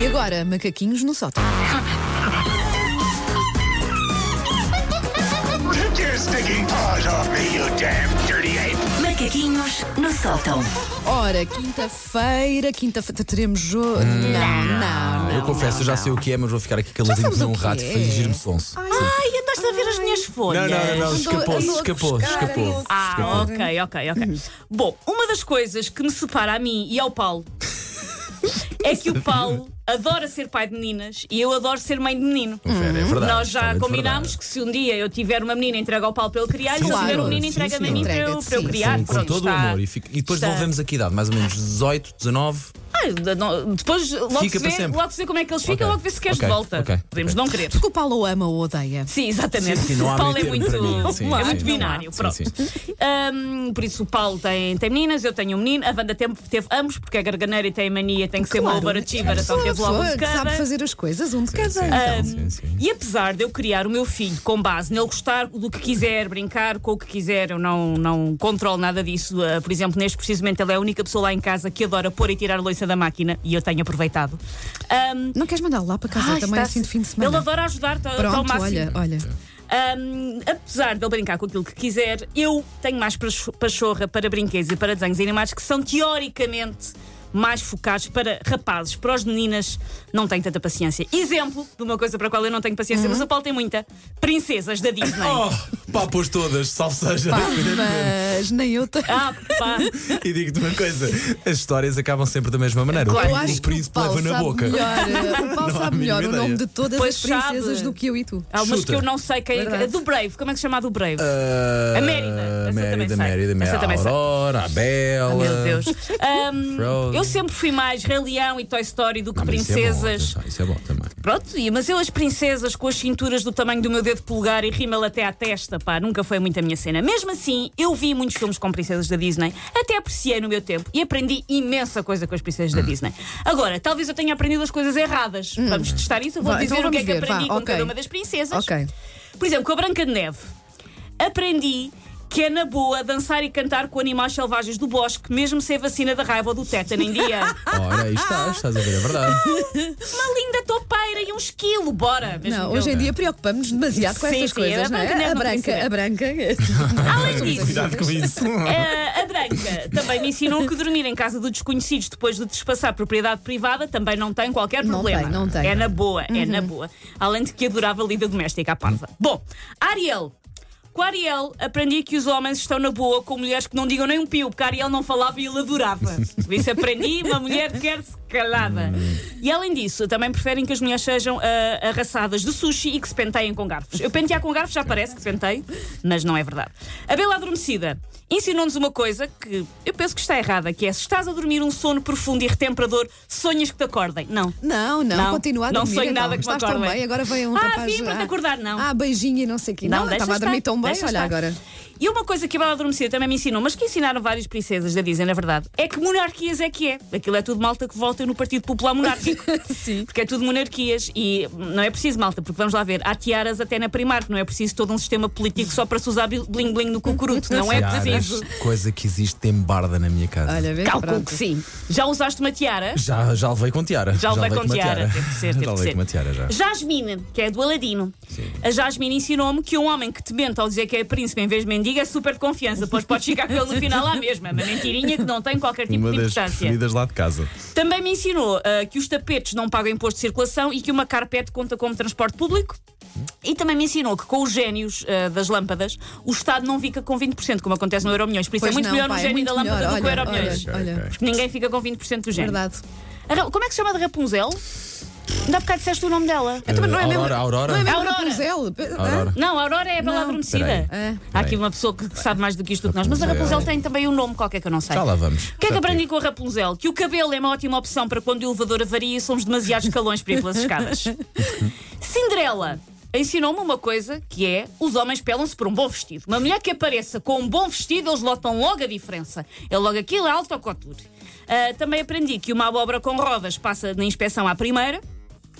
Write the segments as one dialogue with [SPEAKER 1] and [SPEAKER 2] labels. [SPEAKER 1] E agora, macaquinhos no sótão.
[SPEAKER 2] Take your stinking paws off me, you damn dirty ape!
[SPEAKER 3] Macaquinhos no sótão.
[SPEAKER 1] Ora, quinta-feira, quinta-feira teremos
[SPEAKER 4] Hum.
[SPEAKER 1] jogo. Não, não, não.
[SPEAKER 4] Eu confesso, eu já
[SPEAKER 1] não.
[SPEAKER 4] sei o que é, mas vou ficar aqui caladinho
[SPEAKER 1] sabes
[SPEAKER 4] como
[SPEAKER 1] o
[SPEAKER 4] um
[SPEAKER 1] que
[SPEAKER 4] rato e
[SPEAKER 1] é.
[SPEAKER 4] fingir-me sonso.
[SPEAKER 3] Ai, andaste a ver as minhas
[SPEAKER 4] Não,
[SPEAKER 3] folhas.
[SPEAKER 4] não, não, não,
[SPEAKER 1] Andou-
[SPEAKER 4] escapou-se,
[SPEAKER 1] andou a
[SPEAKER 4] escapou-se,
[SPEAKER 1] buscar
[SPEAKER 4] escapou-se.
[SPEAKER 1] isso.
[SPEAKER 3] Ah, ok, ok, ok. Bom, uma das coisas que me separa a mim e ao Paulo é que o Paulo adora ser pai de meninas e eu adoro ser mãe de menino.
[SPEAKER 4] Confere, é verdade.
[SPEAKER 3] Nós já
[SPEAKER 4] totalmente
[SPEAKER 3] combinámos
[SPEAKER 4] verdade.
[SPEAKER 3] que se um dia eu tiver uma menina, entrega ao Paulo para ele criar, e se eu
[SPEAKER 1] Claro,
[SPEAKER 3] tiver um menino,
[SPEAKER 4] sim,
[SPEAKER 3] entrega-me a
[SPEAKER 4] sim.
[SPEAKER 3] mim para eu, para eu
[SPEAKER 1] Sim,
[SPEAKER 3] criar.
[SPEAKER 1] sim,
[SPEAKER 4] Com
[SPEAKER 3] Pronto,
[SPEAKER 4] todo o
[SPEAKER 3] está.
[SPEAKER 4] amor. E, fica- e depois
[SPEAKER 3] está.
[SPEAKER 4] devolvemos aqui a idade, mais ou menos 18, 19.
[SPEAKER 3] Ah, não, depois logo
[SPEAKER 4] Fica
[SPEAKER 3] se,
[SPEAKER 4] para
[SPEAKER 3] vê,
[SPEAKER 4] sempre.
[SPEAKER 3] logo se vê como é que eles ficam,
[SPEAKER 4] Ok.
[SPEAKER 3] logo vê se queres
[SPEAKER 4] Ok,
[SPEAKER 3] de volta.
[SPEAKER 4] ok,
[SPEAKER 3] Podemos
[SPEAKER 4] ok.
[SPEAKER 3] não querer.
[SPEAKER 1] Porque o Paulo ou ama ou odeia.
[SPEAKER 3] Sim, exatamente.
[SPEAKER 4] Sim, sim, não há
[SPEAKER 3] o Paulo é
[SPEAKER 4] meio
[SPEAKER 3] muito,
[SPEAKER 4] termo para mim. Sim,
[SPEAKER 3] é
[SPEAKER 4] sim.
[SPEAKER 3] muito
[SPEAKER 1] Não há.
[SPEAKER 3] binário.
[SPEAKER 4] Sim,
[SPEAKER 3] Pronto.
[SPEAKER 4] sim.
[SPEAKER 3] Hum, por isso o Paulo tem, tem meninas, eu tenho um menino. A Wanda teve, teve ambos, porque a garganeira e tem a mania, tem que ser uma overachiever, então teve logo um Hum.
[SPEAKER 1] pessoa
[SPEAKER 3] de
[SPEAKER 1] que sabe
[SPEAKER 3] cada.
[SPEAKER 1] fazer as coisas, um de cada.
[SPEAKER 4] Então, sim, sim.
[SPEAKER 3] E apesar de eu criar o meu filho com base nele gostar do que quiser, brincar com o que quiser, eu não, não controlo nada disso. Ah, por exemplo, neste precisamente ele é a única pessoa lá em casa que adora pôr e tirar a louça da máquina e eu tenho aproveitado. Hum,
[SPEAKER 1] Não queres mandá-lo lá para casa
[SPEAKER 3] ai,
[SPEAKER 1] também
[SPEAKER 3] Ah, está-
[SPEAKER 1] assim de fim de
[SPEAKER 3] Ele
[SPEAKER 1] semana?
[SPEAKER 3] adora ajudar tá- tá ao
[SPEAKER 1] Pronto,
[SPEAKER 3] máximo.
[SPEAKER 1] olha, olha.
[SPEAKER 3] Hum, apesar de ele brincar com aquilo que quiser, eu tenho mais pacho- pachorra para brinquedos e para desenhos animados que são teoricamente mais focados para rapazes. Para as meninas, não tenho tanta paciência. Exemplo de uma coisa para a qual eu não tenho paciência, mas o Paulo tem muita: princesas da Disney.
[SPEAKER 4] Oh, pá, pôs todas, salve seja.
[SPEAKER 1] Mas nem eu tenho.
[SPEAKER 3] Ah, pá.
[SPEAKER 4] E digo-te uma coisa: as histórias acabam sempre da mesma maneira. O
[SPEAKER 3] Claro.
[SPEAKER 1] Eu acho que o
[SPEAKER 4] príncipe- o um príncipe
[SPEAKER 1] Paulo
[SPEAKER 4] leva na
[SPEAKER 1] sabe
[SPEAKER 4] boca.
[SPEAKER 1] melhor, eh, o Paulo
[SPEAKER 4] Não há
[SPEAKER 1] sabe
[SPEAKER 4] a mínima
[SPEAKER 1] melhor o nome
[SPEAKER 4] ideia.
[SPEAKER 1] de todas
[SPEAKER 3] Pois
[SPEAKER 1] as princesas
[SPEAKER 3] sabe. Ah,
[SPEAKER 1] do que eu e tu.
[SPEAKER 3] Há umas
[SPEAKER 4] Chuta.
[SPEAKER 3] que eu não sei quem é.
[SPEAKER 1] Verdade.
[SPEAKER 3] Do Brave, como é que se chama a do Brave?
[SPEAKER 4] Ah,
[SPEAKER 3] A Mérida, essa também
[SPEAKER 4] Mérida,
[SPEAKER 3] sei.
[SPEAKER 4] Mérida,
[SPEAKER 3] Essa
[SPEAKER 4] Mérida. A
[SPEAKER 3] também sei.
[SPEAKER 4] Aurora, a Bela.
[SPEAKER 3] Meu Deus. Hum,
[SPEAKER 4] Frozen.
[SPEAKER 3] eu sempre fui mais Rei Leão e Toy Story do que
[SPEAKER 4] Ah, mas isso é bom,
[SPEAKER 3] princesas.
[SPEAKER 4] atenção, Isso é bom também.
[SPEAKER 3] Pronto, e- mas eu as princesas com as cinturas do tamanho do meu dedo polegar e rímel até à testa, pá, nunca foi muito a minha cena. Mesmo assim, eu vi muitos filmes com princesas da Disney, até apreciei no meu tempo e aprendi imensa coisa com as princesas
[SPEAKER 1] Hum.
[SPEAKER 3] da Disney. Agora, talvez eu tenha aprendido as coisas erradas. Vamos testar isso, eu vou
[SPEAKER 1] Vá,
[SPEAKER 3] dizer
[SPEAKER 1] Hum. então
[SPEAKER 3] o que é
[SPEAKER 1] vamos
[SPEAKER 3] que
[SPEAKER 1] ver,
[SPEAKER 3] aprendi
[SPEAKER 1] vá,
[SPEAKER 3] com
[SPEAKER 1] ok.
[SPEAKER 3] cada uma das princesas.
[SPEAKER 1] Ok.
[SPEAKER 3] Por exemplo, com a Branca de Neve, aprendi que é na boa dançar e cantar com animais selvagens do bosque, mesmo sem vacina da raiva ou do tétano em dia.
[SPEAKER 4] Ora, aí estás, estás a ver, é verdade.
[SPEAKER 3] Uma linda topeira e um esquilo, bora! mesmo
[SPEAKER 1] Não,
[SPEAKER 3] que eu-
[SPEAKER 1] hoje em dia preocupamos-nos demasiado com
[SPEAKER 3] Sim,
[SPEAKER 1] essas
[SPEAKER 3] sim,
[SPEAKER 1] coisas,
[SPEAKER 3] a
[SPEAKER 1] não
[SPEAKER 3] branca
[SPEAKER 1] é? A
[SPEAKER 3] não tem
[SPEAKER 1] branca,
[SPEAKER 3] saber.
[SPEAKER 1] a branca.
[SPEAKER 3] Além disso, eh,
[SPEAKER 4] Cuidado com isso.
[SPEAKER 3] a, a Branca também me ensinou que dormir em casa dos desconhecidos depois de despassar propriedade privada também não tem qualquer
[SPEAKER 1] Não
[SPEAKER 3] problema.
[SPEAKER 1] tem, não tem.
[SPEAKER 3] É na boa, é na boa. Além de que adorava a lida doméstica à parva. Bom, Ariel. Com a Ariel, aprendi que os homens estão na boa com mulheres que não digam nem um pio, porque a Ariel não falava e ele adorava. Por isso aprendi, uma mulher quer-se calada. E além disso, também preferem que as mulheres sejam ah, arraçadas de sushi e que se penteiem com garfos. Eu pentear com garfos já parece que pentei, mas não é verdade. A Bela Adormecida ensinou-nos uma coisa que eu penso que está errada, que é se estás a dormir um sono profundo e retemperador, sonhas que te acordem. Não.
[SPEAKER 1] Não, não,
[SPEAKER 3] Não,
[SPEAKER 1] continua a
[SPEAKER 3] não
[SPEAKER 1] dormir.
[SPEAKER 3] sonho
[SPEAKER 1] então.
[SPEAKER 3] nada que me
[SPEAKER 1] Estás tão
[SPEAKER 3] acordem.
[SPEAKER 1] bem, agora veio um
[SPEAKER 3] Ah,
[SPEAKER 1] rapaz.
[SPEAKER 3] vim para te acordar, não.
[SPEAKER 1] Ah, beijinho e não sei o quê.
[SPEAKER 3] Não,
[SPEAKER 1] Não,
[SPEAKER 3] deixa
[SPEAKER 1] estava a dormir
[SPEAKER 3] estar,
[SPEAKER 1] tão bem,
[SPEAKER 3] deixa
[SPEAKER 1] olha
[SPEAKER 3] estar.
[SPEAKER 1] agora.
[SPEAKER 3] E uma coisa que a Bela Adormecida também me ensinou, mas que ensinaram várias princesas da Disney, na verdade, é que monarquias é que é. Aquilo é tudo malta que volta no Partido Popular Monárquico.
[SPEAKER 1] Sim.
[SPEAKER 3] Porque é tudo monarquias e não é preciso, malta, porque vamos lá ver, há tiaras até na Primark, não é preciso todo um sistema político só para se usar bling-bling no cucuruto, não é
[SPEAKER 4] Tiaras,
[SPEAKER 3] preciso.
[SPEAKER 4] Coisa que existe em barda na minha casa.
[SPEAKER 1] Olha, vê.
[SPEAKER 3] Calculo
[SPEAKER 1] pronto.
[SPEAKER 3] que sim. Já usaste uma tiara?
[SPEAKER 4] Já, já levei com tiara.
[SPEAKER 3] Já levei com
[SPEAKER 4] uma
[SPEAKER 3] tiara, teve que ser, teve
[SPEAKER 4] já
[SPEAKER 3] que
[SPEAKER 4] levei
[SPEAKER 3] ser. tipo
[SPEAKER 4] com uma tiara já.
[SPEAKER 3] Jasmine, que é do Aladino. A Jasmine ensinou-me que um homem que te mente ao dizer que é príncipe em vez de mendigo é super de confiança, pois pode chegar com ele no final lá mesmo. É uma mentirinha que não tem qualquer tipo
[SPEAKER 4] Uma
[SPEAKER 3] de
[SPEAKER 4] das
[SPEAKER 3] importância.
[SPEAKER 4] preferidas lá de casa.
[SPEAKER 3] Também me ensinou ah, que os tapetes não pagam imposto de circulação e que uma carpete conta como transporte público. E também me ensinou que com os génios ah, das lâmpadas o Estado não fica com 20%, como acontece no Euro Milhões. Por isso
[SPEAKER 1] Pois
[SPEAKER 3] é muito
[SPEAKER 1] não,
[SPEAKER 3] melhor
[SPEAKER 1] pá,
[SPEAKER 3] o
[SPEAKER 1] é
[SPEAKER 3] gênio
[SPEAKER 1] muito
[SPEAKER 3] da lâmpada
[SPEAKER 1] melhor.
[SPEAKER 3] do que o
[SPEAKER 1] Olha,
[SPEAKER 3] Euro Milhões.
[SPEAKER 1] olha, olha.
[SPEAKER 3] Porque ninguém fica com 20% do gênio.
[SPEAKER 1] Verdade.
[SPEAKER 4] Eh,
[SPEAKER 3] A Ra- Como é que se chama de Rapunzel? Ainda há bocado disseste o nome dela.
[SPEAKER 4] Eh,
[SPEAKER 1] Também não é mesmo-
[SPEAKER 4] Aurora, Aurora.
[SPEAKER 1] Não é mesmo
[SPEAKER 3] Aurora.
[SPEAKER 1] Rapunzel?
[SPEAKER 4] Aurora.
[SPEAKER 3] Não, a Aurora é a Bela
[SPEAKER 1] Não.
[SPEAKER 3] Adormecida.
[SPEAKER 4] Peraí.
[SPEAKER 1] É.
[SPEAKER 3] Há aqui uma pessoa que que sabe mais do que isto do que nós. Mas a
[SPEAKER 4] Rapunzel.
[SPEAKER 3] Rapunzel tem também um nome qualquer que eu não sei.
[SPEAKER 4] Já lá vamos.
[SPEAKER 3] O que é que aprendi com a Rapunzel? Que o cabelo é uma ótima opção para quando o elevador avaria e somos demasiados calões para ir pelas escadas. Cinderela ensinou-me uma coisa que é os homens pelam-se por um bom vestido. Uma mulher que apareça com um bom vestido, eles lotam logo a diferença. É logo aquilo, é alto ou couture. Ah, também aprendi que uma abóbora com rodas passa na inspeção à primeira.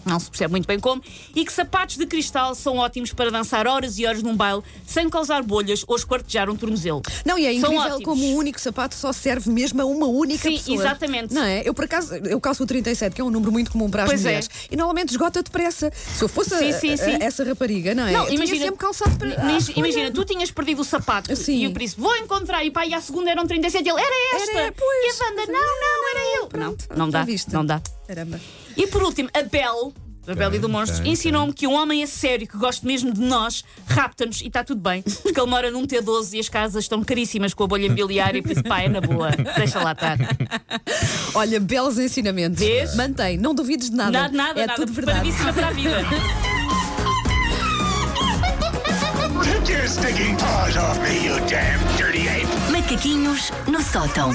[SPEAKER 3] não se percebe muito bem como, e que sapatos de cristal são ótimos para dançar horas e horas num baile sem causar bolhas ou esquartejar um tornozelo.
[SPEAKER 1] Não, e é
[SPEAKER 3] São
[SPEAKER 1] incrível
[SPEAKER 3] ótimos.
[SPEAKER 1] como o único sapato só serve mesmo a uma única
[SPEAKER 3] Sim,
[SPEAKER 1] pessoa.
[SPEAKER 3] exatamente.
[SPEAKER 1] Não é? Eu, por acaso, eu calço o 37, que é um número muito comum para as
[SPEAKER 3] Pois é.
[SPEAKER 1] mulheres. E normalmente esgota depressa. Se eu fosse a-
[SPEAKER 3] Sim, sim,
[SPEAKER 1] a-
[SPEAKER 3] sim.
[SPEAKER 1] essa rapariga, não é?
[SPEAKER 3] Não,
[SPEAKER 1] eu
[SPEAKER 3] imagina-
[SPEAKER 1] tinha sempre calçado para... Ah, é.
[SPEAKER 3] Ni- nis- Imagina, tu tinhas perdido o sapato
[SPEAKER 1] Sim.
[SPEAKER 3] e eu por isso vou encontrar e pá, e à segunda eram 37 e ele era esta.
[SPEAKER 1] Era, pois.
[SPEAKER 3] E a banda, não, não, era eu.
[SPEAKER 1] Pronto,
[SPEAKER 3] não, não
[SPEAKER 1] já
[SPEAKER 3] dá,
[SPEAKER 1] viste.
[SPEAKER 3] não dá.
[SPEAKER 1] Caramba.
[SPEAKER 3] E por último, a Belle, a Belle e do Monstro,
[SPEAKER 4] ok,
[SPEAKER 3] ensinou-me que um homem a sério que gosta mesmo de nós rapta-nos e está tudo bem, porque ele mora num T12 e as casas estão caríssimas com a bolha imobiliária e por isso, pá, é na boa, deixa lá estar.
[SPEAKER 1] Olha, belos ensinamentos.
[SPEAKER 3] Vês?
[SPEAKER 1] Mantém, não duvides de nada.
[SPEAKER 3] Nada, nada,
[SPEAKER 1] é
[SPEAKER 3] nada,
[SPEAKER 1] tudo verdade.
[SPEAKER 3] preparadíssima para a vida.
[SPEAKER 2] Take your stinking paws off me, you damn dirty ape!
[SPEAKER 5] Macaquinhos no sótão.